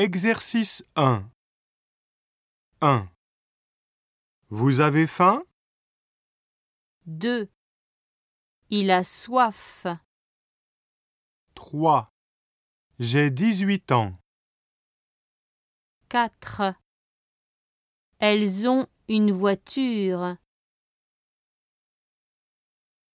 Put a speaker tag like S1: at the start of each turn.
S1: Exercice 1 1. Vous avez faim
S2: 2. Il a soif.
S1: 3. J'ai 18 ans.
S2: 4. Elles ont une voiture.